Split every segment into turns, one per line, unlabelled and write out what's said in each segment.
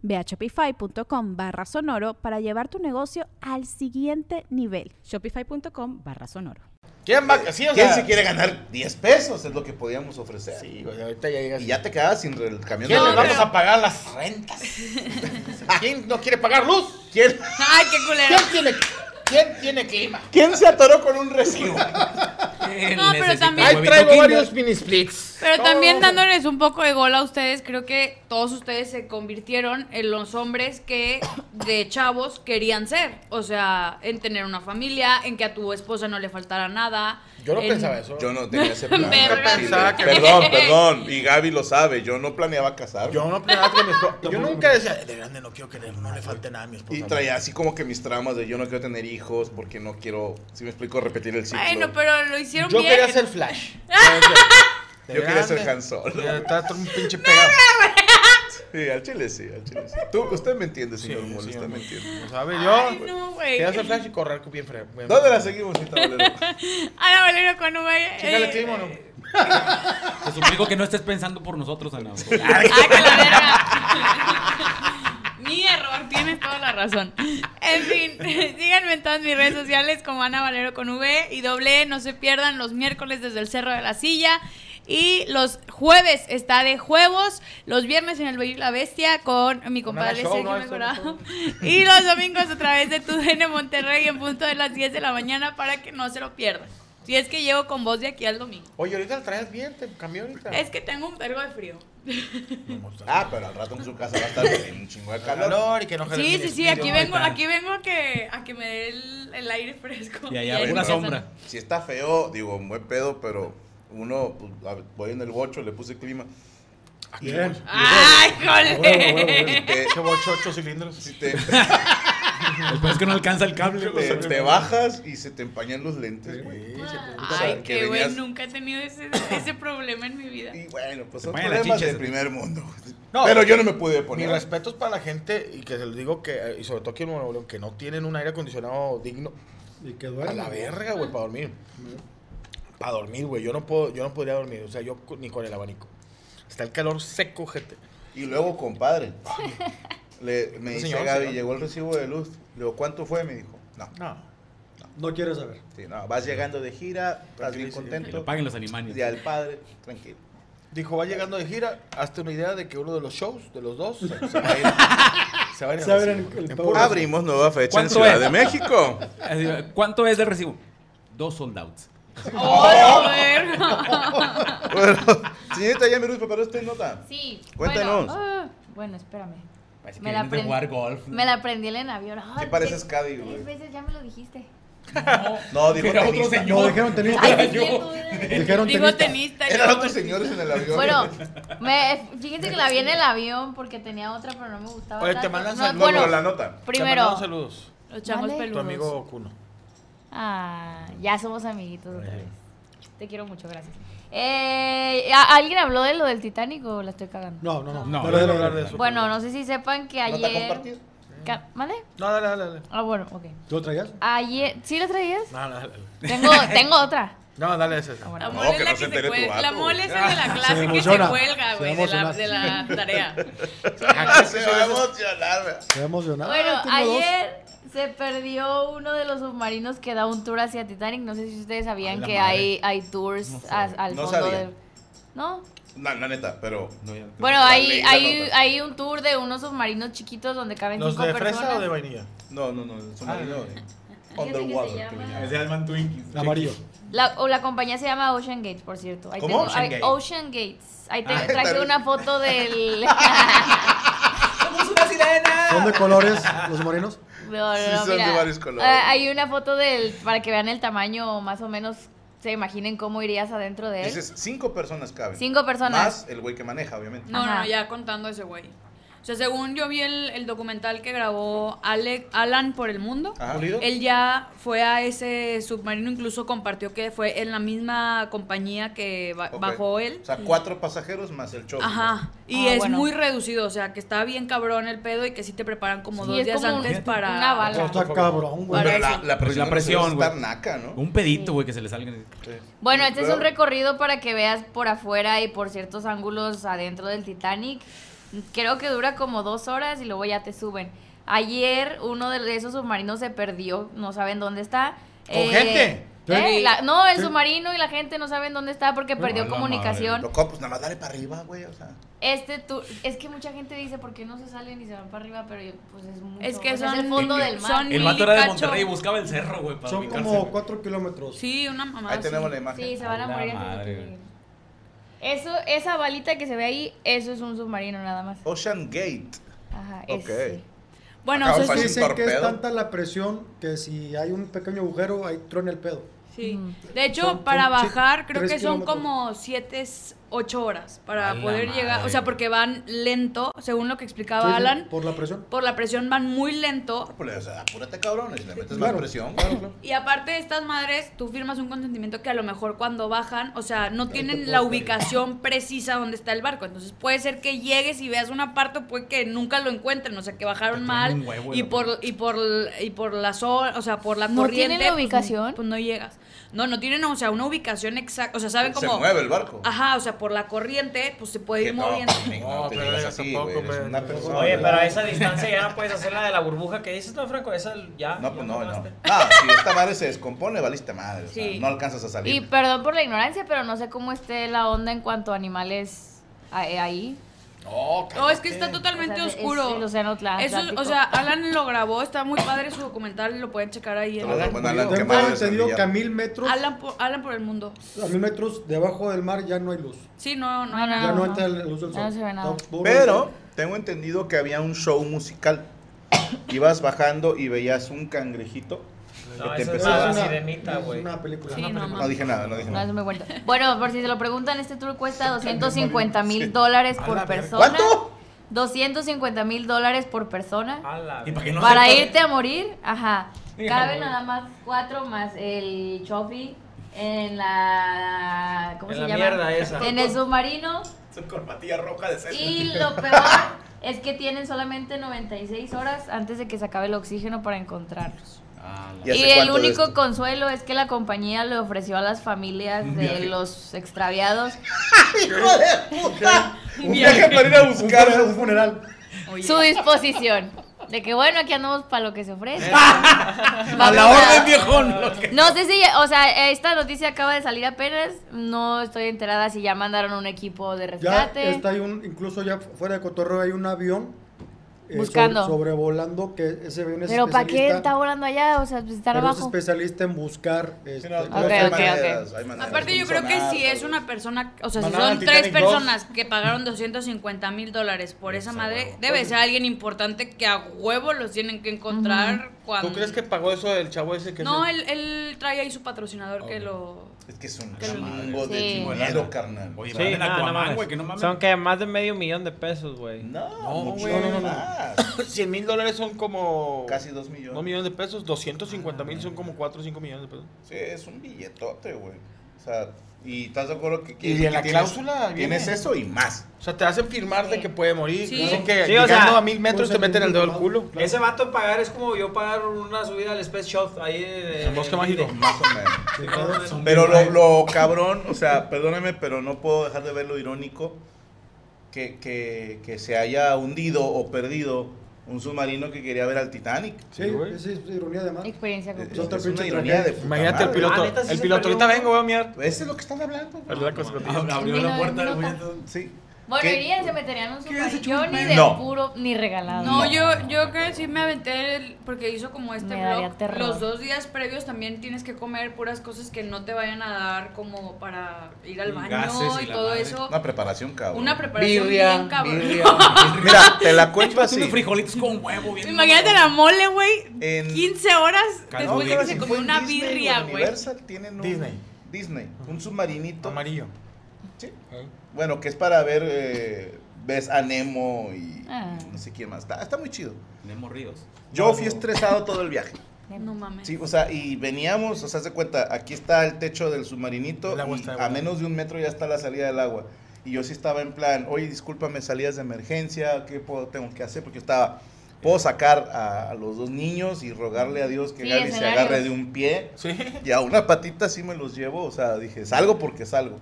Ve a shopify.com barra sonoro para llevar tu negocio al siguiente nivel.
Shopify.com barra sonoro.
¿Quién, va, sí, o
¿Quién
sea,
se quiere ganar 10 pesos? Es lo que podíamos ofrecer.
Sí, güey, ahorita ya llegas.
Y ya te quedas sin el camión
¿Quién
de
le vamos
regreso.
a pagar las rentas? ¿Quién no quiere pagar luz?
¿Quién,
Ay, qué culero.
¿Quién tiene, quién tiene clima?
¿Quién se atoró con un recibo?
Eh,
No, pero también-
Ahí traigo varios mini splits.
Pero también dándoles un poco de gol a ustedes, creo que todos ustedes se convirtieron en los hombres que de chavos querían ser. O sea, en tener una familia, en que a tu esposa no le faltara nada.
Yo no
en-
pensaba eso.
Yo no tenía ese plan.
Pero-
Nunca
pensaba que-
Perdón, perdón. Y Gaby lo sabe. Yo no planeaba casarme.
Yo no planeaba que mi esposa. Yo nunca decía, de grande no quiero que le- no le falte nada a mi esposa.
Y traía así como que mis tramas de yo no quiero tener hijos porque no quiero, si me explico, repetir el ciclo.
Bueno, pero lo hicieron
Yo
bien.
quería ser Flash.
Yo quería ser Han Solo.
Está un pinche pegado.
Sí, al chile sí, al chile sí. Tú, usted me entiende, señor Mol,
sí,
usted me entiende.
¿no ¿Sabe?
Ay,
Yo
no, güey.
quería ser Flash y correr bien fre- bien-
¿Dónde la seguimos, Cita Valero?
Ana Valero con V.
Chécale el
eh,
clima, ¿no?
Te suplico que no estés pensando por nosotros, Ana.
Ay, Ah, que la verga. Mi error, tienes toda la razón. En fin, síganme en todas mis redes sociales como Ana Valero con V y doble. E. No se pierdan los miércoles desde el Cerro de la Silla. Y los jueves está de juegos. Los viernes en el Bello y la Bestia con mi compadre
Ana Show,
Sergio
¿no? Eso,
Mejorado. Y los domingos a través de tu DN Monterrey en punto de las 10 de la mañana para que no se lo pierdan. Si es que llevo con vos de aquí al domingo.
Oye, ahorita la traes bien, te cambió ahorita.
Es que tengo un vergo de frío.
Ah, pero al rato en su casa va a estar en un chingo de calor.
calor y que no jale
Sí,
el
sí,
mini
sí,
split.
aquí
ahí
vengo,
está.
aquí vengo a que, a que me dé el, el aire fresco.
Y allá
ahí
una
empiezan.
sombra.
Si está feo, digo, muy pedo, pero uno, pues, a ver, voy en el bocho, le puse clima. Y
Bien.
¡Ay, jole!
te,
Ese bocho ocho cilindros.
si te,
Después que no alcanza el cable. pues, este,
te- te bajas y se te empañan los lentes, güey.
Ay,
que
qué güey,
venías-
nunca he tenido ese, ese problema en mi vida.
Y bueno, pues son
Bueno, la
problemas
chicha
del
se-
primer mundo. güey.
No.
Pero yo no me pude
Mis
poner.
respetos para la gente y que se los digo que, eh, y sobre todo aquí en Nuevo León, que no tienen un aire acondicionado digno.
Y que
A
duerme.
la verga, güey, para dormir. Para dormir, güey. Yo no puedo, yo no podría dormir. O sea, yo cu- ni con el abanico. Está el calor seco, gente.
Y luego, compadre, le, me dice
Señor,
Gaby,
señor.
llegó el recibo de luz. Le digo, ¿cuánto fue? Me dijo, no.
No.
No quiero saber.
Sí, no, vas llegando de gira, estás bien
Que lo
contento.
paguen los animales.
Día del padre, tranquilo.
Dijo, va llegando de gira, hazte una idea de que uno de los shows, de los dos, se, se va a ir. Se va a ir.
Se va a ir
así,
en- el
en
pavo.
puro-
Abre.
Abrimos nueva fecha en
¿Cuánto
Ciudad
es?
de México.
Así, ¿Cuánto es de recibo? Dos sold outs.
¡Oh, la verga!
Bueno, señorita, ya me luz preparó usted nota.
Sí.
Cuéntanos.
Bueno, ah, bueno, espérame.
Parece que
Me la
vienes de
aprendí.
jugar golf.
Me la aprendí en el avión. Ay,
¿Qué pareces
tres-
Cadi, güey?
Tres veces ya me lo dijiste.
No, dijo
Era otro
tenista.
No,
señor.
dijeron tenista.
Ay, es
yo.
cierto, ¿verdad?
Dijeron
Digo
tenista.
tenista.
Eran
yo-
otros señores en el avión.
Bueno, me, fíjense que la vi en el avión porque tenía otra, pero no me gustaba.
Oye,
tanto.
te mandan
No,
saludos.
bueno,
Bueno,
la nota.
Te mandaron
primero.
saludos.
Los chamos
Vale.
Tu
peludos.
amigo Cuno.
Ah, ya somos amiguitos otra vez. Te quiero mucho, gracias. Eh, ¿a- ¿Alguien habló de lo del Titanic o la estoy cagando?
No, no, no.
No,
No, no, no,
no,
no,
no,
no.
no.
Bueno, no sé si sepan que
¿Nota
ayer.
compartida?
Ca- ¿Vale?
No, dale, dale, dale.
Ah, bueno, ok.
¿Tú lo traías?
Ayer. ¿Sí lo traías?
No, dale, dale.
Tengo, tengo otra.
No, dale ese. ese.
Ah, bueno.
La
No,
mole es
que
la
no se
que se
entere tu
cuelga.
vato,
La mole es el de la clase que se
emociona.
cuelga,
Se
güey, de la,
emociona.
de la tarea.
Ajá,
Se
que
va a
eso-
emocionar. güey.
Te
Ah,
emocionado. Ah,
Bueno, ayer se perdió uno de los submarinos que da un tour hacia Titanic. No sé si ustedes sabían
la
que
madre.
hay, hay tours a- al
No
fondo
sabía.
del. ¿No?
No, la neta, pero.
Bueno,
La
hay,
ley, la
hay,
nota.
hay un tour de unos submarinos chiquitos donde caben
¿Los
cinco
de
personas.
fresa o de vainilla?
No, no, no. Es un
Ah,
marido.
no.
eh.
Yo sé que se
Underwater.
llama-
que le llaman.
Alman Twinkies.
Amarillo.
La, o la compañía se llama Ocean Gates, por cierto. Ahí
¿Cómo?
tengo-
Ocean
ahí-
Gate.
Ocean Gates. Ahí te,
Ah,
traje
está
una foto del.
¡Somos una sirena!
¿Son de colores los marinos?
No, no,
Sí,
no,
son de
mira.
varios colores.
Ah, hay una foto del. Para que vean el tamaño, más o menos. Se imaginen cómo irías adentro de él.
Dices, cinco personas caben.
Cinco personas.
Más el güey que maneja, obviamente.
No,
Ajá.
no, ya contando ese güey. O sea, según yo vi el, el documental que grabó Ale- Alan por el mundo,
Ajá.
él ya fue a ese submarino, incluso compartió que fue en la misma compañía que ba-
Ok.
bajó él.
O sea, cuatro pasajeros más el show.
Ajá. Y
Ah,
es
bueno.
muy reducido, o sea, que está bien cabrón el pedo y que sí te preparan como
Sí,
dos
es
días
como un-
antes para...
una bala.
Oh, está cabrón, güey.
Para-
Pero la, la
Pues
presión,
la presión,
güey.
güey.
Estar naca, ¿no?
Un pedito, güey, que se le salga.
Bueno, este es un
Pero-
recorrido para que veas por afuera y por ciertos ángulos adentro del Titanic. Creo que dura como dos horas y luego ya te suben. Ayer uno de esos submarinos se perdió, no saben dónde está.
¿Con gente?
¿eh?
Sí.
La- no, el
Sí.
submarino y la gente no saben dónde está porque perdió
la
comunicación.
Loco, pues nada más dale para arriba, güey. O sea,
Este tu- es que mucha gente dice por qué no se salen y se van para arriba, pero yo- pues es mucho,
Es que
pues,
son-
el fondo
eh,
del mar.
son-
El vato era de
Cacho.
Monterrey y buscaba el cerro, güey, para
Son
ubicarse,
como
güey.
4 kilómetros.
Sí, una mamá.
ahí tenemos la
Ah, sí.
imagen.
Sí, se van
A
a
la
morir antes de
madre,
que
güey.
lleguen. Eso, esa balita que se ve ahí, eso es un submarino nada más.
Ocean Gate.
Ajá,
Ok.
ese.
Bueno,
Acabo
o
de
sea,
pasar. Parece
sí,
un
Dicen que es
torpedo.
tanta la presión que si hay un pequeño agujero, ahí truena el pedo.
sí.
Ujú.
De hecho,
Son- son
para
chi-
bajar creo
tres
que son
kilómetros.
como 7, 8 horas para
A la
poder llegar. O sea,
madre.
porque van lento, según lo que explicaba
Sí, sí,
Alan.
Por la presión.
por la presión van muy lento.
Pues, o sea, apúrate, cabrones. Le metes
Claro.
más presión.
Y aparte de estas madres, tú firmas un consentimiento que a lo mejor cuando bajan, o sea, no
te
tienen
puedo
la
creer.
ubicación precisa donde está el barco. Entonces puede ser que llegues y veas una parte, o puede que nunca lo encuentren, o sea, que bajaron
Te traen
mal
un huevo y
y
lo
por y por y por la sol, o sea, por la
¿No
corriente.
tienen la
pues,
ubicación?
Pues, no llegas. No, no tienen, o sea, una ubicación exacta, o sea, saben
Se
como
mueve el barco.
Ajá, o sea, por la corriente, pues se puede
Que
ir
no,
moviendo.
Nick, no,
No,
te
pero
digas
yo
así,
tampoco,
güey. eres
man.
una persona.
Oye, pero a
güey.
esa distancia ya no puedes hacer la de la burbuja que dices, no, Franco, esa ya.
No,
ya
pues no, no.
acabaste.
No, si esta madre se descompone, valiste madre. o sea,
Sí.
no alcanzas a
Y
salir.
perdón por la ignorancia, pero no sé cómo esté la onda en cuanto a animales a- eh, ahí.
No,
No, Oh, es que está
O sea,
totalmente
es-
oscuro.
es el océano Atl-
Eso,
Atlántico.
o sea, Alan lo grabó, está muy padre su documental, lo pueden checar ahí. en-
Alan, bueno, Alan,
Tengo
quemado de
entendido
San
que a mil metros,
Alan, por, Alan por el mundo.
a mil metros debajo del mar ya no hay luz.
Sí, no, no.
No, no,
Ya
no.
no entra la luz del
Ah. Ya no
sol.
se ve nada.
Está puro-
Pero tengo entendido que había un show musical. Ibas bajando y veías un cangrejito.
No,
te
esa es
Pero
empezaba
la
es una-
sirenita,
es
güey.
una película.
Sí, no,
No dije nada, no dije
No,
nada.
es muy bueno. Bueno, por si se lo preguntan, este tour cuesta 250 mil dólares por persona.
¿Cuánto?
250 mil dólares por persona.
A la
Y para que Ah, no
Para
se-
irte a morir, ajá.
Hija,
Cabe
güey.
nada más cuatro más el chofi en la. ¿Cómo
En
se
la
llama?
mierda esa.
En el submarino.
Su corbatilla roja de
Y lo peor es que tienen solamente 96 horas antes de que se acabe el oxígeno para encontrarlos.
Ah, la-
¿Y
Y,
hace
el
cuánto de
único
esto?
consuelo es que la compañía le ofreció a las familias
Un
de
viaje.
los extraviados
¡Hijo de puta! Un viaje para ir a
Un funeral,
buscar.
un funeral.
Oye.
su disposición. De que bueno, aquí andamos para lo que se ofrece.
Eh. A la orden, viejón.
No sé si, ya- o sea, esta noticia acaba de salir apenas. No estoy enterada si ya mandaron un equipo de
Ya
rescate.
está, hay un, incluso ya fuera de Cotorreo hay un avión eh,
Buscando.
sobre- sobrevolando que ese avión es
Pero ¿para qué
especialista-
está volando allá? O sea, pues, está
pero es
abajo.
especialista en buscar. este,
Ok,
cosas.
hay
ok, ok.
maneras, hay maneras.
Aparte, yo creo que si es una persona, o sea, si
Manada
son
del
tres
Titanic dos.
personas que pagaron 250 mil dólares por esa
Esa
madre,
huevo.
debe ser alguien importante que a huevo los tienen que encontrar cuando.
¿Tú crees que pagó eso el chavo ese que
No,
se-
él, él trae ahí su patrocinador que lo.
Es que es un
Que lo-
chingo de
Sí.
dinero, carnal.
Oye,
Sí,
sí,
no, no
Aquaman,
mames.
güey, que no mames.
Son que más de medio millón de pesos, güey.
No, mucho
güey.
más.
100 mil dólares son como.
Casi dos millones.
2 millones de pesos. 250 mil son como 4 o 5 millones de pesos.
Sí, es un billetote, güey. O sea, y estás de acuerdo que, que-
Y en
que
la
tienes-
cláusula viene.
tienes eso y más.
O sea, te hacen firmar de que puede morir.
Sí.
Dicen que
Sí,
llegando
o sea,
a mil metros
pues,
te meten el dedo al
el-
culo.
Claro.
Ese vato pagar es como yo pagar una subida al Space Shop ahí de. En Bosque Mágico.
Más o menos.
Sí, claro.
Pero lo, lo cabrón, o sea, perdóname, pero no puedo dejar de ver lo irónico que, que, que se haya hundido o perdido un submarino que quería ver al Titanic.
Sí,
Sí, güey.
esa es ironía de mar.
Experiencia
Es,
Eh,
con
es
Otra
una
pinche
ironía
tragedia.
de puta
Imagínate el
madre. Ah,
piloto.
Ah, neta, sí
el
se
piloto,
perdió,
ahorita
güey.
vengo, voy a mirar.
Eso es lo que están hablando. güey.
Perdí la cosa contigo.
Abrió la puerta, güey.
Sí.
¿Volverían? ¿Se meterían en un submarino? Yo ni de
pez? No.
puro ni regalado.
No,
No.
yo, yo creo que sí me aventé el- porque hizo como este
Me daría
blog.
terror.
Los dos días previos también tienes que comer puras cosas que no te vayan a dar como para ir al
Y
baño
gases
y,
y la
todo
madre.
eso.
Una preparación, cabrón.
Una preparación bien cabrón.
Mira, te la cuento
Échate
así.
unos frijolitos con huevo. bien
Imagínate la mole, güey.
En-
15 horas
Calma,
después de que
Ahora,
se
si
comió
fue en
una
Disney o en
birria, güey.
Universal tienen un...
Disney.
Disney, un submarinito.
Amarillo.
Sí.
¿Eh?
Bueno, que es para ver, eh, ves a Nemo y
Ah.
no sé quién más. Está, está muy chido.
Nemo Ríos.
Yo fui estresado todo el viaje.
No mames.
Sí, o sea, y veníamos, o sea, haz de cuenta, aquí está el techo del submarinito,
El agua
y
está
a
buena.
menos de un metro ya está la salida del agua. Y yo sí estaba en plan, oye, discúlpame, salidas de emergencia, ¿qué puedo, tengo que hacer? Porque yo estaba, puedo sacar a, a los dos niños y rogarle a Dios que
Sí,
Gaby se
escenarios.
agarre de un pie. Y a una patita sí me los llevo, o sea, dije, salgo porque salgo.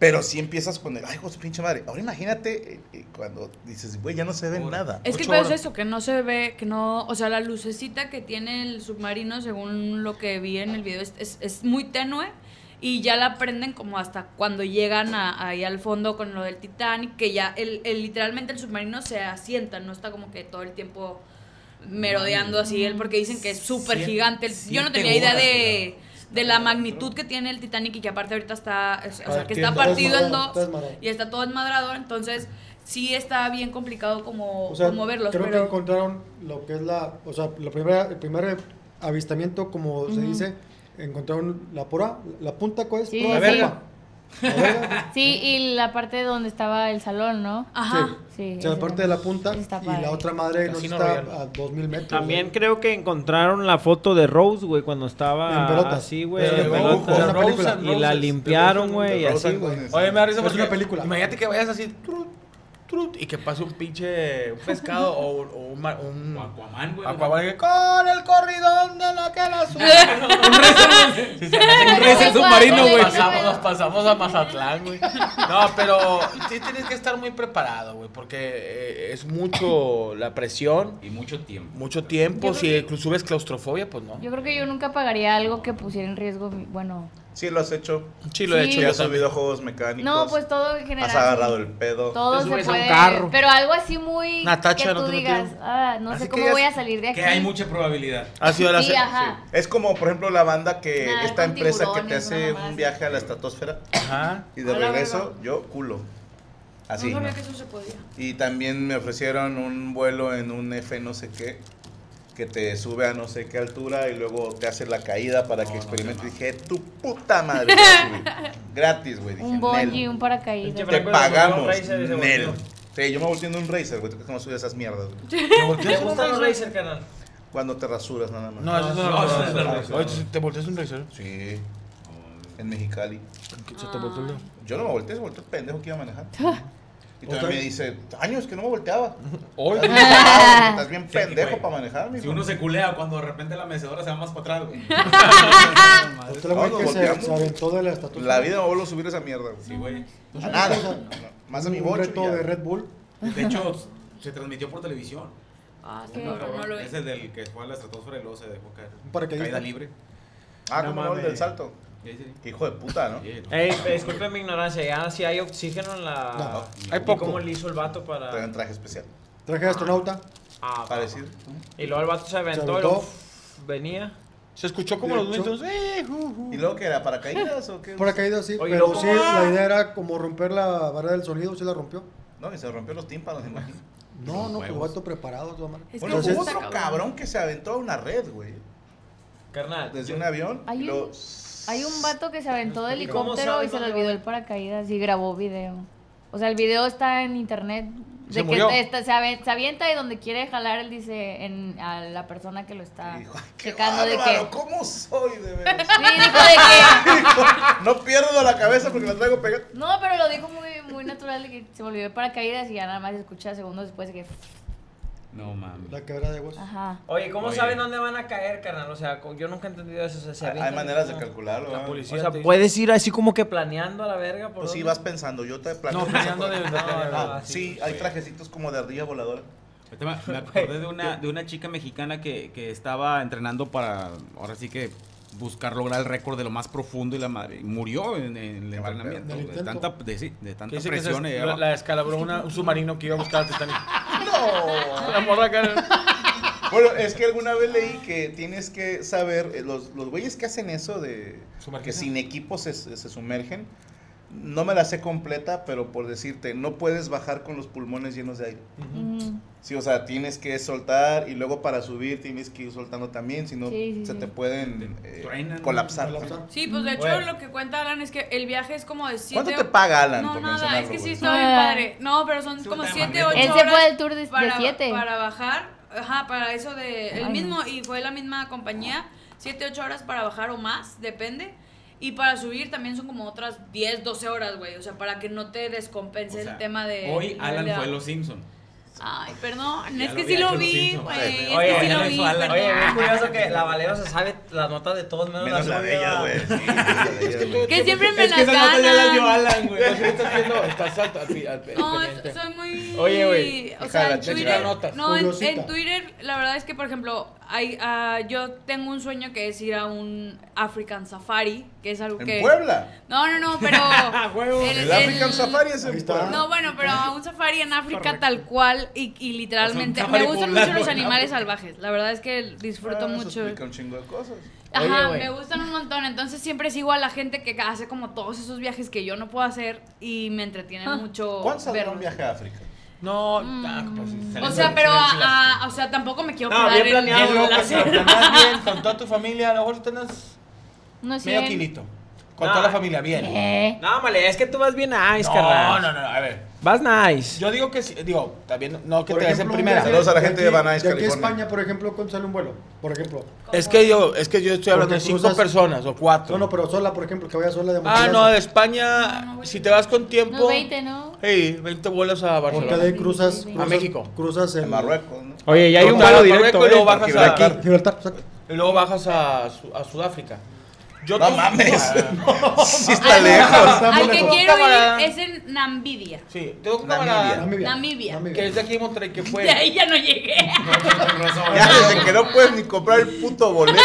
Pero sí empiezas con el, ay, hijo de su pinche madre. Ahora imagínate eh, eh, cuando dices, güey, ya no se ve
Ahora.
nada.
Es que
Ocho
el pedo es
horas.
eso, que no se ve, que no, o sea, la lucecita que tiene el submarino, según lo que vi en el video, es, es- es muy tenue y ya la prenden como hasta cuando llegan a- ahí al fondo con lo del Titanic, que ya el, el- literalmente el submarino se asienta, no está como que todo el tiempo merodeando así él, porque dicen que es súper gigante. el- Yo no
siete
tenía idea
horas,
de, de la magnitud que tiene el Titanic y que aparte ahorita está, o sea, que está
Partido.
partido en
Desmadrado,
dos
desmadrado.
y está todo enmadrado, entonces sí está bien complicado como,
O sea,
como verlos,
creo
pero
que encontraron lo que es la, o sea, la primera, el primer eh, avistamiento, como se dice, encontraron la pura, la punta, ¿cuál es?
Sí,
Pura
La
punta.
verga.
La verga.
Sí, y la parte donde estaba el salón, ¿no?
ajá.
Sí.
O sea, la
ese
parte de
también.
la punta
Está
y
padre.
la otra madre no
Casino
está
Royale.
a 2000 metros.
También
güey.
creo que encontraron la foto de Rose, güey, cuando estaba
En pelotas.
así, güey,
Pero
en
de dibujo,
pelotas.
una película.
Y la limpiaron, güey, y
Rosa
así, güey.
Gómez.
Oye, me da risa
Es
porque
una película.
Imagínate que vayas así, trut, trut, y que pase un pinche un pescado o, o un, mar- un
O Aquaman, güey.
Aquaman que, con el corridón de la que la sube.
Un rey del submarino, güey.
Nos pasamos, nos pasamos a Mazatlán, güey. No, pero sí tienes que estar muy preparado, güey, porque eh, es mucho la presión,
Y mucho tiempo.
mucho tiempo. Si incluso subes claustrofobia, pues no.
Yo creo que yo nunca pagaría algo que pusiera en riesgo mi- Bueno.
Sí, lo has hecho.
Sí, lo he
Sí.
hecho
Te
yo
has
también.
subido juegos mecánicos.
No, pues todo en general.
Has agarrado el pedo.
Todo
Te
se
subes a un
puede.
carro.
Pero algo así muy.
Una tacha,
que
no
tú
te
digas,
metieron.
ah, no
Así
sé
que
cómo
ya
voy a
es-
salir de aquí.
Que hay mucha probabilidad.
Ha sido la
Sí, ajá.
Es como, por ejemplo, la banda que
Nadar
esta
con
empresa que te
tiburones, una
hace
mamada
un
así.
viaje a la estratosfera
Ajá.
y de
A la
regreso yo culo. Así.
No sabía que eso se podía.
Y también me ofrecieron un vuelo en un F no sé qué que te sube a no sé qué altura y luego te hace la caída para que experimentes. dije, tu puta madre. ya subí. Gratis, güey. Dije,
Un
"Nel".
bungee, un
Pinche
paracaídas.
Te
Franco se
pagamos.
volvió un racer y se
Nel.
volvió.
Sí, yo me volteé en un racer, güey. ¿Tú cómo subes esas mierdas? güey?
¿Te gustan los Razer, carnal?
Cuando te rasuras nada más.
No, eso no,
No,
no,
eso
no,
es
no,
la
no.
razón.
Oye, ¿te- ¿te volteas un racer?
Sí. En Mexicali.
¿Se te volteó el dedo?
Yo no me volteé, se volteó el pendejo que iba a manejar. Y
O sea,
todavía me dice, años que no me volteaba.
Hoy.
Estás bien parado, estás bien
Sí,
pendejo
güey.
para manejar, mi
Si uno se culea cuando de repente la mecedora se va más para atrás, güey.
Otro güey
Todos
que se,
volteamos.
se aventó de la estatua.
La vida me vuelvo a subir esa mierda, güey.
Sí, güey.
A nada. Más a mi
Un
bocho.
reto
y ya.
de Red Bull.
De hecho, se transmitió por televisión.
Ah, sí,
¿Qué?
no, no lo
es
vi.
el del que fue a la estratosfera y luego se dejó caer.
Un paracaidista.
Caída libre.
Ah,
No
como no, el
mames.
del salto.
Sí, sí.
Qué hijo de puta, ¿no?
Sí, no.
Ey,
Disculpen mi ignorancia, ya si hay oxígeno en la.
No.
Hay
¿Y
poco.
¿Cómo le hizo el vato para.?
Traen traje especial.
Traje de astronauta.
Ah,
Para decir.
Y luego el vato se aventó,
aventó.
y luego venía.
Se escuchó como los
De hecho.
minutos. ¡Eh, ju,
¿Y
ju!
luego qué era? ¿Paracaídas o qué?
Paracaídas sí,
Oye,
pero
loco.
sí, la idea era como romper la barrera del sonido, sí la rompió.
No, que se rompió los tímpanos, imagínate.
No, no, pues
huevos.
vato preparado, tu madre.
Es que
Bueno,
sí
hubo
está
otro cabrón que se aventó a una red, güey.
Carnal.
Desde
yo-
un avión.
Hay
y
un-
luego-
Hay un vato que se aventó de
¿Y cómo
helicóptero
sabe
y se le
dónde
olvidó
va?
el paracaídas y grabó video. O sea, el video está en internet. De
Se
que
murió.
está- se, aven- se avienta y donde quiere jalar, él dice en, a la persona que lo está
Y dijo, "Ay, qué
checando de
bárbaro,
que.
¿cómo soy de veras?
Sí, dijo de que.
no pierdo la cabeza porque la traigo pegada.
No, pero lo dijo muy, muy natural de que se me olvidó el paracaídas y ya nada más se escucha segundos después de que.
No mames.
La quebra de huesos.
Ajá.
Oye, ¿cómo
Oye.
saben dónde van a caer, carnal? O sea, co- yo nunca he entendido eso. O sea, se
Hay,
avientan-
maneras de calcularlo.
La
¿eh?
policía.
O sea, puedes ir así como que planeando a la verga. Por
Pues sí,
dónde?
vas pensando, yo te planteo.
No, planeando de- no, no,
Ah,
así.
sí, hay trajecitos como de ardilla voladora.
Ahorita Me me acordé de una, de una chica mexicana que, que estaba entrenando para, ahora sí que,
buscar lograr el récord de lo más profundo y la madre. Y murió en, en el entrenamiento.
Del
De
intento.
tanta, de, sí, de tanta
Dice que se-
presión. y
la,
abajo.
la descalabró una- un submarino que iba a buscar al Titanic. ¡No! La morra acá.
Bueno, es que alguna vez leí que tienes que saber, eh, los, los güeyes que hacen eso de que sin equipo se, se- se sumergen, no me la sé completa, pero por decirte, no puedes bajar con los pulmones llenos de aire. Sí, o sea, tienes que soltar y luego para subir tienes que ir soltando también, si no
Sí, sí,
se
sí.
te pueden eh, colapsar.
Sí, pues de hecho
Bueno.
lo que cuenta Alan es que el viaje es como de siete...
¿Cuánto te paga Alan
No,
por
nada,
mencionarlo,
es que sí
güey?
está bien
Ah.
padre. No, pero son como siete, ocho
Él
horas.
se fue al tour de- de
para,
siete.
Para bajar, ajá, para eso de... El
Ay,
mismo,
no.
y fue la misma compañía, siete, ocho horas para bajar o más, depende. Y para subir también son como otras 10, 12 horas, güey. O sea, para que no te descompense
O sea,
el tema de...
Hoy Alan
de-
fue Los Simpson.
Ay, perdón,
Ya
es
lo
que
había
sí lo
hecho Los
vi,
Simpson.
güey.
Sí.
Es
Oye,
que sí
ya
lo
lo
vi,
hizo Alan.
Oye,
perdón.
es curioso que la Valero se sabe las notas de todos menos,
Menos la de ella, güey.
Que siempre me
Es que
las
esa nota ya la dio
ganan.
Alan, güey. Por eso estás viendo, estás al, al, al- al
No,
pendiente.
soy muy.
Oye, güey,
O
hija de
sea,
la
en
chica.
Twitter.
Notas.
No, en,
Curiosita.
en Twitter, la verdad es que, por ejemplo, hay, ah, yo tengo un sueño que es ir a un African Safari, que es algo
¿En
que.
Puebla?
No, no, no, pero.
El, African Safari es en Puebla.
No, bueno, pero a un safari en África tal cual y, y literalmente.
O sea, un
me
safari
gustan
poblano
mucho los
en
animales
África.
salvajes. La verdad es que disfruto
Ah, eso
mucho.
explica un chingo de cosas.
Ajá, me gustan un montón. Entonces siempre sigo a la gente que hace como todos esos viajes que yo no puedo hacer y me entretienen mucho.
¿Cuánto saldrá un
verlos.
viaje a África?
No, ah, pues
Mm, O sea, pero a, a- o sea, tampoco me quiero
No,
quedar
bien
en-
planeado,
en
loco,
la
si lo
selva.
planeas bien con toda tu familia, a lo mejor tenés
No es
medio
cien.
kilito. Con toda la familia, bien.
¿Qué?
No, male, es que tú vas bien nice,
No,
carnal.
no, no, no, a ver.
Vas nice.
Yo digo que sí, digo, también no que
Por
te des en
ejemplo, un
primera.
viaje aquí- de aquí a
California.
España, por ejemplo, ¿cuánto sale un vuelo? Por ejemplo.
Es que yo, es que yo estoy hablando
Porque
de cinco
cruzas-
personas o cuatro.
No, no, pero sola, por ejemplo, que vaya sola de
Ah,
mochilazo.
no, de España, si te vas con tiempo.
No, 20, ¿no?
Hey, 20 vuelos a Barcelona.
Porque de ahí cruzas, cruzas-
a México.
Cruzas el
Marruecos, ¿no?
Oye, ya hay un
Cruzas
vuelo
a
directo.
Marruecos y
¿eh?
luego bajas a,
Aquí.
Gibraltar, exacto.
y luego bajas a, Su- a Sudáfrica. Yo
No
tu-
mames.
No,
Sí está lejos. Está
Al que
Tengo un
quiero
camarada-
ir es en Namibia.
Sí, tengo un camarada
Namibia.
Namibia.
que es de aquí de Monterrey que fue.
De ahí ya no llegué.
Ya desde que no
pues,
puedes ni comprar el puto boleto.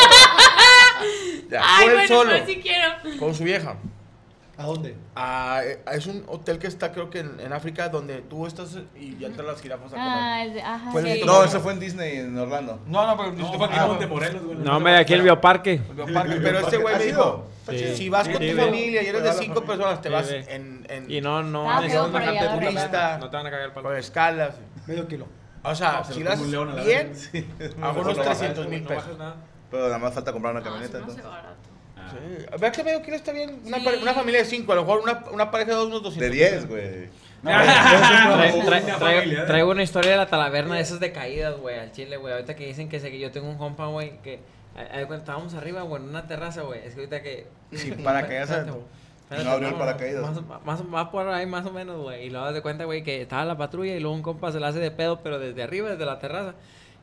Ya,
Ay,
fue él
bueno,
solo.
pero sí quiero.
Con su vieja.
¿A dónde?
Ah, eh, es un hotel que está, creo que en, en África, donde tú estás y ya entran las jirafas a comer.
Ah, el de- ajá.
Fue el
sí.
Instituto
No,
Morelos.
eso fue en Disney, en Orlando.
No, no, pero el Instituto
aquí
Morelos.
Monte Morelos, güey.
No, hombre, aquí el bioparque.
Bioparque, pero este güey
¿Has
me dijo,
ido? Sí.
si vas con
Sí,
tu
sí,
familia y eres de
Juega la
cinco
familia.
personas, te
Sí,
vas
ve.
en, en
Y no, no.
Ah,
necesitas
feo, pero
bajarte
ya la
de turista.
verdad.
No te van a cagar el palo.
con escalas.
Medio kilo.
O sea,
se
si
lo come
las
un león a la
bien,
vez.
a unos
No bajas,
300 mil
no
pesos.
bajas nada.
Pero nada más falta comprar una
No, Ah, se
camioneta.
me hace
entonces.
barato.
Ah.
Sí. Vea Eh, que medio kilo está bien. Una,
Sí.
pare- una familia de cinco, a lo mejor una, una pareja de dos, unos
De
200.
10, güey.
Una
Trae- trae-
familia,
Traigo
¿eh?
traigo una historia de la talaverna de esas de caídas, güey, al chile, güey. Ahorita que dicen que sé que yo tengo un compa, güey, que a- a- cuando estábamos arriba, güey, en una terraza, güey. Es que ahorita que.
Sin paracaídas
Espérate,
adentro.
güey.
No abrió el
Espérate,
paracaídas.
Más, más, más por ahí, más o menos, güey. Y luego das de cuenta, güey, que estaba la patrulla y luego un compa se la hace de pedo, pero desde arriba, desde la terraza.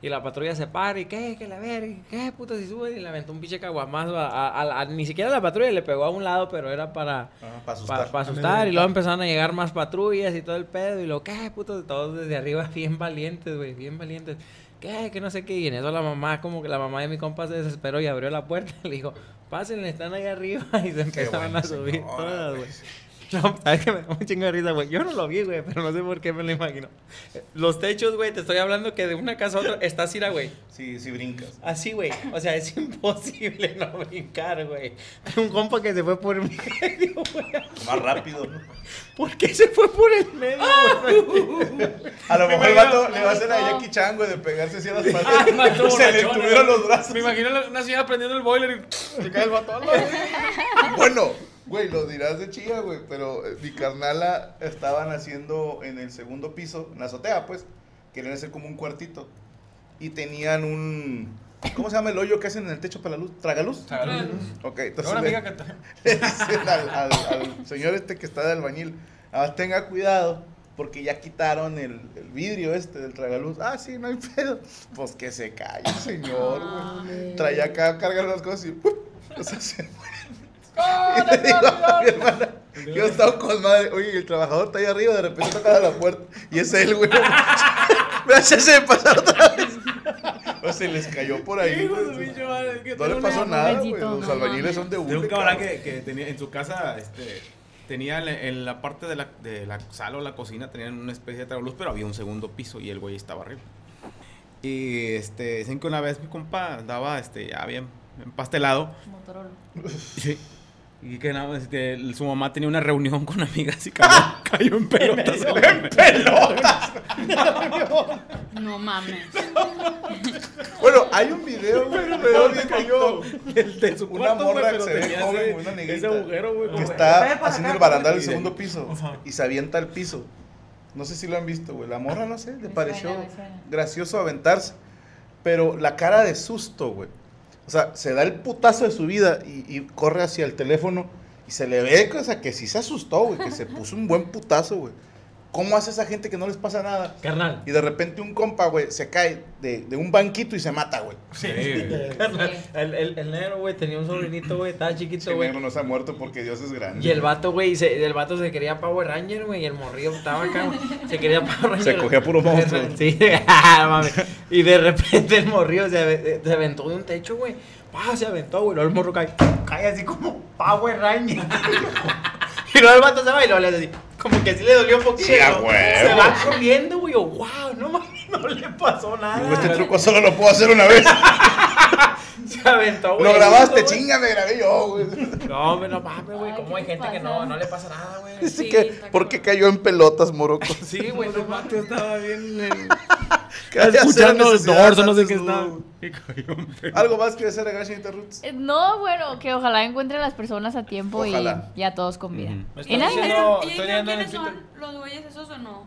Y la patrulla se para y qué, que la verga, y qué puta si sube. Y le aventó un pinche caguamazo a, a- a la- ni siquiera a la patrulla le pegó a un lado, pero era para.
Ah, Para
Para
asustar.
asustar, y luego empezaron a llegar más patrullas y todo el pedo, y lo que, puto, todos desde arriba bien valientes, güey, bien valientes. ¿Qué? Que no sé qué. Y en eso la mamá, como que la mamá de mi compa se desesperó y abrió la puerta y le dijo, pásenle, están ahí arriba. Y se empezaron a subir todas, güey. No, es que me da un chingo de risa, güey. Yo no lo vi, güey, pero no sé por qué me lo imagino. Eh, Los techos, güey, te estoy hablando que de una casa a otra está así, la, güey.
Sí, sí brincas.
Así, güey. O sea, es imposible no brincar, güey. Hay un compa que se fue por medio, güey.
Más rápido. ¿no?
¿Por qué se fue por el medio, güey?
A lo mejor el
imagino- Ah,
vato le va a hacer a Jackie Chan, güey, de pegarse así a las
más
patas. Ah, Se le
borrachona, güey.
tuvieron los brazos.
Me imagino la- una señora prendiendo el boiler y se cae el batón.
Bueno, güey, lo dirás de chía, güey, pero eh, mi carnala estaban haciendo en el segundo piso, en la azotea, pues, querían hacer como un cuartito. Y tenían un... ¿Cómo se llama el hoyo que hacen en el techo para la luz? ¿Tragaluz? Ok, entonces
Una
le,
amiga que te-
le dicen al, al- al señor este que está de albañil, "Ah, tenga cuidado, porque ya quitaron el, el vidrio este del tragaluz. Ah, sí, no hay pedo. Pues que se calle, señor, güey. Traía acá, cargar las cosas y... ¡pup! O sea, se y le digo a mi hermana, yo estaba con madre, oye, el trabajador está ahí arriba, de repente toca la puerta y es él, güey. Me hace ese pasar otra vez. O Pues se les cayó por ahí.
Hijo de pinche madre, es que
No le
tengo
pasó
un
nada, güey.
jovencito,
Los
no
albañiles
mames.
son de
De
hule,
un cabrón
cabrón.
que, que tenía en su casa, este, tenía la- en la parte de la, de la sala o la cocina, tenían una especie de trabluz, pero había un segundo piso y el güey estaba arriba. Y este, dicen que una vez mi compa andaba, este, ya bien empastelado.
Motorola.
Sí. Y que nada, este, el- su mamá tenía una reunión con amigas y cayó, cayó en pelotas. ¡En pelotas!
No mames.
Bueno, hay un video, güey, pero alguien cayó.
De su
una
cuarto,
morra que
güey, pero
se ve
tenía
joven,
ese-
güey, una
ese
negrita.
agujero, güey,
Que
como-
está
Ve para
haciendo
acá,
el barandal del
y-
segundo piso y se avienta al piso. No sé si lo han visto, güey. La morra, no sé, le pareció
suena, me suena.
gracioso aventarse. Pero la cara de susto, güey. O sea, se da el putazo de su vida y, y corre hacia el teléfono y se le ve, o sea, que sí se asustó, güey, que se puso un buen putazo, güey. ¿Cómo hace esa gente que no les pasa nada?
Carnal.
Y de repente un compa, güey, se cae de, de un banquito y se mata, güey.
Sí, güey. Carnal, El, el, el negro, güey, tenía un sobrinito, güey, estaba chiquito,
El
güey.
negro no se ha muerto porque Dios es grande.
Y el vato, güey, se- el vato se quería Power Ranger, güey, y el morrillo estaba acá, güey, se quería Power Ranger.
Se cogía puro monstruo.
Sí, ah, mames. Y de repente el morrillo se, ave- eh, se aventó de un techo, güey. Pa, se aventó, güey, luego el morro cae, cae así como Power Ranger. y luego el vato se va y luego le hace así, como que así le dolió un poquito.
Sí, a
se
huevo.
va corriendo, güey, yo, wow, no mames, no le pasó
Digo, Este
nada.
truco solo lo puedo hacer una vez.
Se aventó, güey.
Lo grabaste,
güey.
chinga, me grabé yo, güey.
No, hombre, no mames, güey, cómo hay gente que no, no le pasa nada, güey.
Pues
Así que, ¿Por qué cayó en pelotas, Moroco?
Sí, güey, no mames.
estaba bien.
Escuchando
el dorso, no sé qué está.
Algo más que hacer a Gashita Roots.
Eh, No, bueno, que ojalá encuentren las personas a tiempo
Ojalá.
y ya todos con vida.
¿Y dijeron-
En Navidad-
y dijeron quiénes son los güeyes esos o no?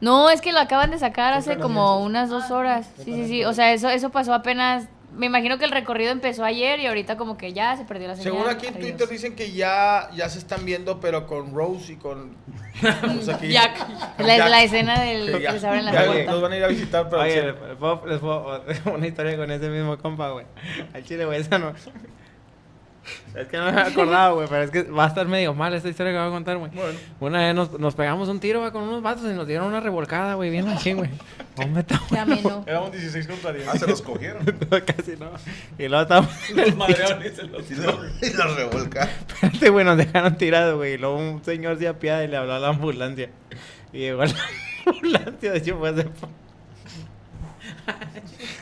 No, es que lo acaban de sacar
Son
hace
canadienses.
como unas dos horas. Sí, sí, sí. O sea, eso, eso pasó apenas. Me imagino que el recorrido empezó ayer y ahorita como que ya se perdió la señal.
Seguro aquí en
Adiós.
Twitter dicen que ya, ya se están viendo, pero con Rose y con. pues o sea, que-
Jack. La- la escena del-
Sí, ya.
que les abren las
Ya,
puertas.
Nos van a ir a visitar, pero.
Oye, les puedo, les puedo- una historia con ese mismo compa, güey. Al chile, güey, esa no. Es que no me acordaba, güey, pero es que va a estar medio mal esta historia que voy a contar, güey. Una vez nos, nos pegamos un tiro, güey, con unos vatos y nos dieron una revolcada, güey, bien machín, güey. Hombre, está
Qué ameno.
Éramos 16 contra 10.
Ah, se los cogieron.
Casi no. Y luego estábamos. en el
Los
madreones
se los Y los revolcaron.
Espérate, güey, Este, nos dejaron tirados, güey. Y luego un señor se apiada y le habló a la ambulancia. Y llegó la ambulancia, de hecho, fue hace po-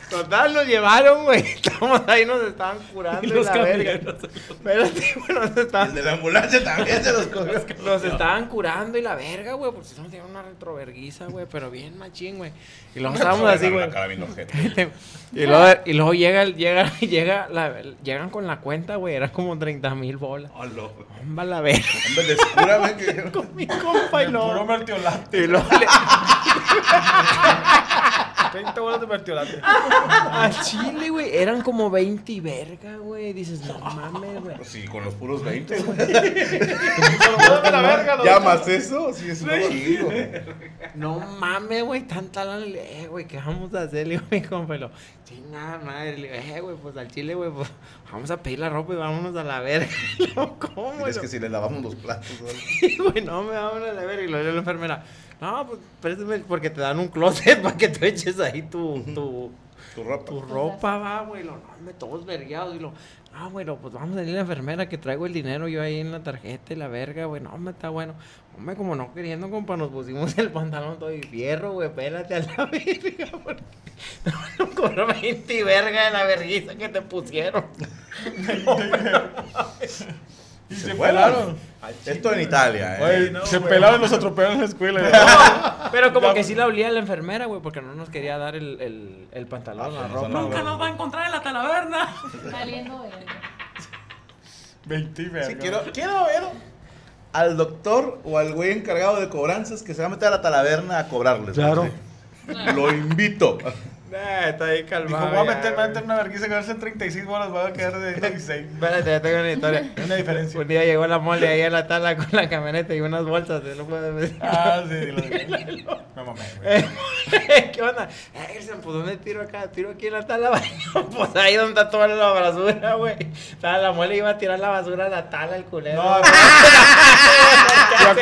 Total, nos llevaron, güey. Estábamos ahí, nos estaban curando.
Y
Y
los
la verga.
camioneros.
Espérate, güey, nos estaban.
de la ambulancia también se los cogió.
Nos estaban curando y la verga, güey. Porque si no, nos dieron una retroverguiza, güey. Pero bien machín, güey. Y luego estábamos así, güey.
La cara bien ojete.
Y luego, y luego llega, el- llega, llega la- llegan con la cuenta, güey. Eran como 30 mil bolas.
Hola.
Hombre, la verga.
Hombre, descúrame que.
Con mi compa y luego-
mertiolate.
Y luego le-
30 bolas de mertiolate.
al chile, güey. Eran como 20 y verga, güey. Dices, no mames, güey.
Sí, con los puros 20, güey.
Dame la verga, los
¿Llamas eso? Sí, es un chingo.
No mames, güey. Tanta lana. Le digo, Eh, güey, ¿qué vamos a hacer? Le digo, a mi compa, y lo, chingada madre. Le digo, eh, güey, pues al chile, güey, pues vamos a pedir la ropa y vámonos a la verga. Le digo, ¿cómo,
Es que
güey?
si le lavamos los platos, güey.
Güey, no me vámonos a la verga. Y lo digo a la enfermera, no, pues préstame, porque te dan un closet para que tú eches ahí tu. tu
Tu ropa.
Tu ropa va, güey. Lo, no, hombre, todos vergueados. Y lo, ah, bueno, pues vamos a ir a la enfermera que traigo el dinero yo ahí en la tarjeta y la verga, güey. No, hombre, está bueno. Hombre, como no queriendo, compa, nos pusimos el pantalón todo y fierro, güey. Pélate a la verga, porque no cobró 20 y verga de la verguiza que te pusieron.
Y
se pelaron. Esto en Italia, eh.
Oye, se pelaron y los atropellaron en la escuela.
No, pero como que sí la olía la enfermera, güey, porque no nos quería dar el, el, el
Ah,
pantalón, la ropa.
Nunca
güey.
nos va a encontrar en la talaverna.
Valiendo verga.
20 y verga.
Sí, quiero, quiero ver al doctor o al güey encargado de cobranzas que se va a meter a la talaverna a cobrarles. Claro. Lo invito.
Nah, Eh, está ahí
Dijo,
calmado.
voy a
ya,
meter, voy a
güey.
meter una vergüenza, que va a ser 36 bolas, voy a quedar de 16.
Espérate, ya tengo una historia.
Una diferencia.
Un día llegó la mole ahí a la tala con la camioneta y unas bolsas de lujo de
Ah, sí, lo de- Me mamé, güey.
Eh, ¿Qué onda? Eh, Gerson, pues ¿dónde tiro acá? ¿Tiro aquí en la tala? Bueno, pues ahí donde está toda la basura, güey. O sea, la mole iba a tirar la basura a la tala, el culero.
No,
güey.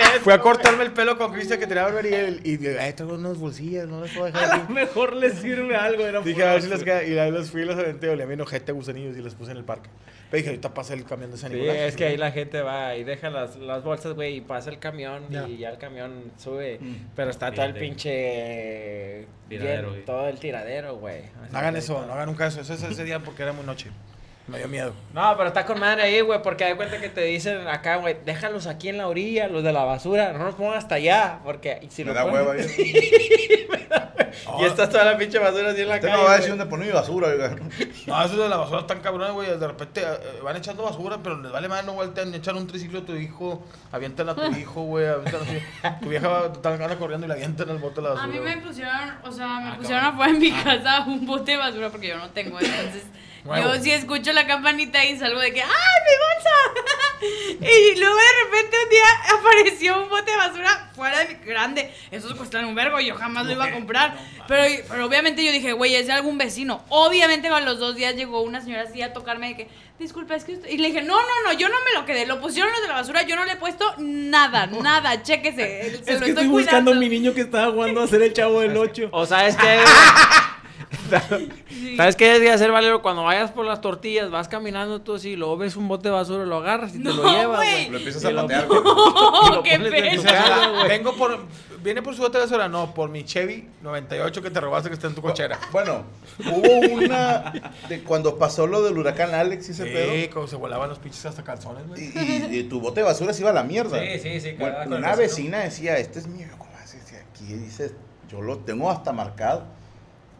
a, fui a cortarme el pelo con Cristian que tenía barbería y, y digo, ay, traigo unas bolsillas, no las puedo dejar. aquí".
Mejor le sirve algo, era
Dije, a ver si las queda. Y ahí los fui y los aventé. Olía bien ojete a gusanillos y los puse en el parque. Pero dije, ahorita pasa el camión de San
Sí,
Nicolás.
es que ahí la gente va y deja las, las bolsas, güey, y pasa el camión
Ya.
y ya el camión sube.
Mm.
Pero está todo el
Fíjate.
pinche...
Tiradero,
lleno,
güey.
todo el tiradero, güey. Así
No hagan
que-
eso, no hagan nunca eso. Eso es ese día porque era muy noche. Me dio miedo.
No, pero está con madre ahí, güey, porque hay cuenta que te dicen acá, güey, déjalos aquí en la orilla, los de la basura, no nos pongan hasta allá, porque y si
Me
lo
da
ponen-
hueva. yo.
Y estás toda la pinche basura así en la
Usted
calle.
no va a
güey.
decir dónde poner mi basura, oiga.
No, esos de la basura están cabrones, güey. De repente eh, van echando basura, pero les vale más, no voltean, echan un triciclo a tu hijo, avientan a tu hijo, güey, avientan a tu- tu vieja va, tan gana corriendo y le avientan el bote de la basura.
A mí me
güey.
pusieron, o sea, me
Ah,
pusieron
cabrón.
afuera en mi casa un bote de basura porque yo no tengo, entonces
Nuevo.
yo sí escucho la campanita y salgo de que ¡ay, mi bolsa! y luego de repente un día apareció un bote de basura fuera de mi grande. Esos cuestan un vergo y yo jamás lo iba a comprar. pero, pero obviamente yo dije, güey, es de algún vecino. Obviamente a los dos días llegó una señora así a tocarme de que, disculpa, es que usted... Y le dije, no, no, no, yo no me lo quedé, lo pusieron los de la basura, yo no le he puesto nada, nada, chéquese. se
Es
lo
que estoy buscando a mi niño que estaba jugando a ser el chavo del 8.
O sabes que. ¿Sabes qué debes de hacer, Valero? Cuando vayas por las tortillas, vas caminando tú así, luego ves un bote de basura, lo agarras y te lo llevas, güey.
Lo empiezas
Y
a
lo-
patear.
y lo
qué
pones en tu
O sea,
casa,
la-
güey.
"Ah, vengo por. Viene por su bote de basura, no, por mi Chevy 98 que te robaste que está en tu cochera.
Bueno, Hubo una de cuando pasó lo del huracán Alex y ese
Sí,
pedo.
cuando se volaban los pinches hasta calzones, güey.
Y, y tu bote de basura se iba a la mierda.
Sí, sí, sí,
Bueno,
cagaba con
una
el
vecina decía, este es mío. ¿Cómo haces? Dice, Aquí dices, yo lo tengo hasta marcado.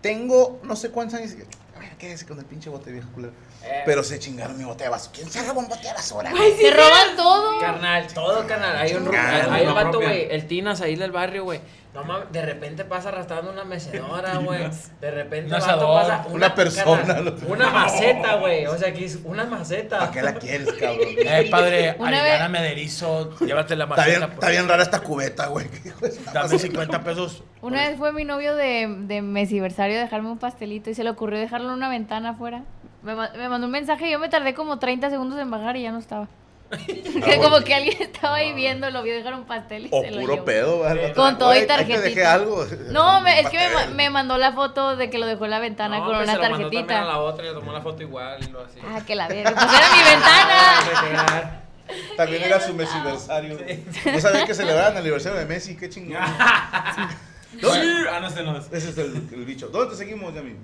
Tengo no sé cuántos años. A ver, quédese con el pinche bote viejo culero.
Eh.
Pero se chingaron mi bote de basura. ¿Quién se robó un bote de basura?
Te roban todo.
Carnal, todo, carnal. Hay un ru-
Chingada,
hay un
una
vato,
propia.
güey, el Tinas ahí del barrio, güey. No mames, de repente pasa arrastrando una mecedora, güey. De repente
Un
vato
asador,
pasa
una persona,
carnal,
lo-
una maceta, güey. O sea, aquí es una maceta.
¿Para qué la quieres, cabrón?
Eh, padre,
Una
aliviáname de erizo, llévate la
Está bien,
maceta.
está bien rara esta cubeta, güey.
Dame 50 pesos.
Una vez fue mi novio de, de mesiversario a dejarme un pastelito y se le ocurrió dejarlo en una ventana afuera. Me, ma- me mandó un mensaje y yo me tardé como 30 segundos en bajar y ya no estaba. que como que alguien estaba ahí viendo, lo vio dejar un pastel y
O
se lo
puro
llevó.
pedo, ¿verdad?
Con todo y
Oye, ahí
tarjetita.
Te dejé algo.
No, me- es que me, ma-
Pastel.
me mandó la foto de que lo dejó en la ventana
No,
con
pues,
una
se lo mandó también a
tarjetita.
la otra y le tomó la foto igual y lo así.
Ah, que la verga. Pues era mi ventana.
También era su mesiversario. No sabía que celebraban el aniversario de Messi, qué chingón. ¿Dónde-
Ah, no
este
sé, no sé.
Ese es el, el bicho. ¿Dónde te seguimos, Yami?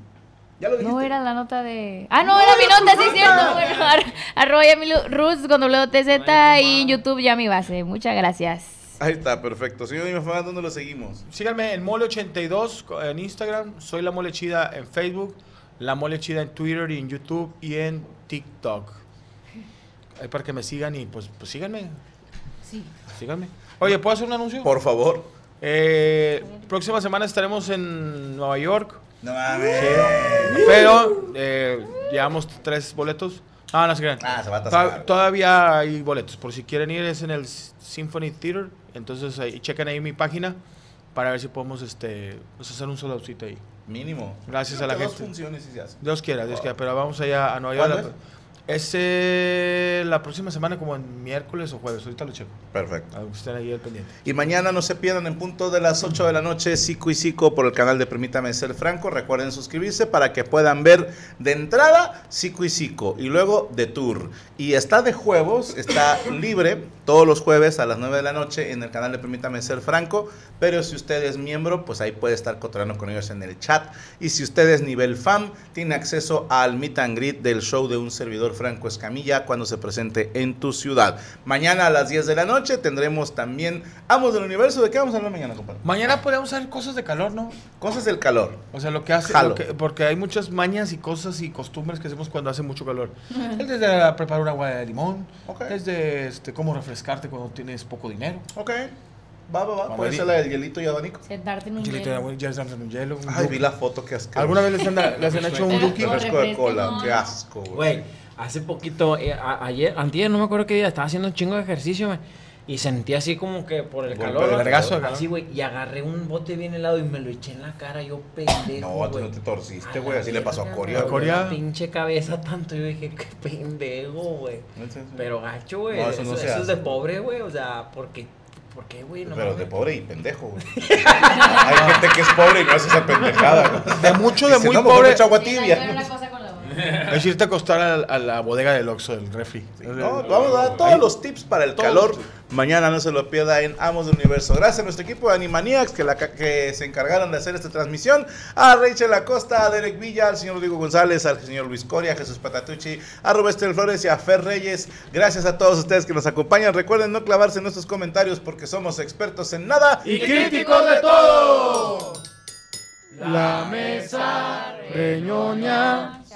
Ya lo dijiste.
No era la nota de. Ah, no,
No,
era mi
era tu
nota, sí es
nota.
cierto. Bueno, ar- arroba Yamilu- Ruz con WTZ y en YouTube ya mi base. Muchas gracias.
Ahí está, perfecto. Señor Dime Fan, ¿dónde lo seguimos?
Síganme en Mole82 en Instagram. Soy La Mole Chida en Facebook. La Mole Chida en Twitter y en YouTube y en TikTok. Ahí para que me sigan y pues, pues síganme.
Sí.
Síganme. Oye, ¿puedo hacer un anuncio?
Por favor.
Eh, próxima semana estaremos en Nueva York.
No mames.
Sí. Pero eh, llevamos tres boletos. Ah, no se crean.
Ah, se va a atascar.
Toda- Todavía hay boletos. Por si quieren ir, es en el S- Symphony Theater. Entonces, ahí, chequen ahí mi página para ver si podemos este, pues, hacer un solo cita ahí.
Mínimo.
Gracias a
Creo
la
que dos
gente.
funciones y se hace.
Dios quiera, Dios quiera. Pero vamos allá a Nueva York.
¿Cuándo
Es eh, la próxima semana, como en miércoles o jueves. Ahorita lo checo.
Perfecto.
A que estén ahí al pendiente.
Y mañana no se pierdan en punto de las 8 de la noche, Cico y Cico por el canal de Permítame Ser Franco. Recuerden suscribirse para que puedan ver de entrada Cico y Cico y luego de tour. Y está de juegos, está libre todos los jueves a las 9 de la noche en el canal de Permítame Ser Franco. Pero si usted es miembro, pues ahí puede estar cotorreando con ellos en el chat. Y si usted es nivel fan, tiene acceso al meet and greet del show de un servidor Franco Escamilla cuando se presente en tu ciudad. Mañana a las 10 de la noche tendremos también Amos del Universo. ¿De qué vamos a hablar mañana, compadre?
Mañana podríamos hacer cosas de calor, ¿no?
Cosas del calor.
O sea, lo que hace,
Jalo.
lo que- porque hay muchas mañas y cosas y costumbres que hacemos cuando hace mucho calor. Es desde preparar un agua de limón, desde este, cómo refrescarte cuando tienes poco dinero.
Ok. Va, va, va.
Vamos
Puede
a
ser
ir.
la del hielito y abanico.
Sentarte en
Un chilito de agua, ya están en un hielo. un
Ay,
yuki.
vi la foto que asco.
¿Alguna vez les han, da- les han hecho un duki?
Refresco de cola, qué asco, güey.
Güey, hace poquito, eh, a- ayer, antier, no me acuerdo qué día, estaba haciendo un chingo de ejercicio, güey. Y sentí así como que por el
Golpe
calor.
de vergazo,
así,
¿no?
Así, güey. Y agarré un bote bien helado y me lo eché en la cara, yo pendejo.
No, tú
güey.
no te torciste, güey. Así le pasó a Corea.
Me
güey.
dolió la Pinche cabeza tanto. Yo dije, qué pendejo, güey. Pero gacho, güey.
No, eso
eso
no se
eso es
hace.
de pobre, güey. O sea, porque ¿Por qué, güey? No
Pero
mames.
de pobre y pendejo, güey. Hay gente que es pobre y no hace esa pendejada. güey.
De mucho, de
Dice,
muy
"No, mejor
pobre.
le echo agua tibia".
Es irte a acostar a, a la bodega del Oxxo, del refri.
No, vamos a dar todos los tips para el calor. Mañana no se lo pierda en Amos del Universo. Gracias a nuestro equipo de Animaniacs que, la ca- que se encargaron de hacer esta transmisión. A Rachel Acosta, a Derek Villa, al señor Rodrigo González, al señor Luis Coria, a Jesús Patatucci, a Roberto Flores y a Fer Reyes. Gracias a todos ustedes que nos acompañan. Recuerden no clavarse en nuestros comentarios porque somos expertos en nada
Y críticos de todo.
La mesa reñoña
se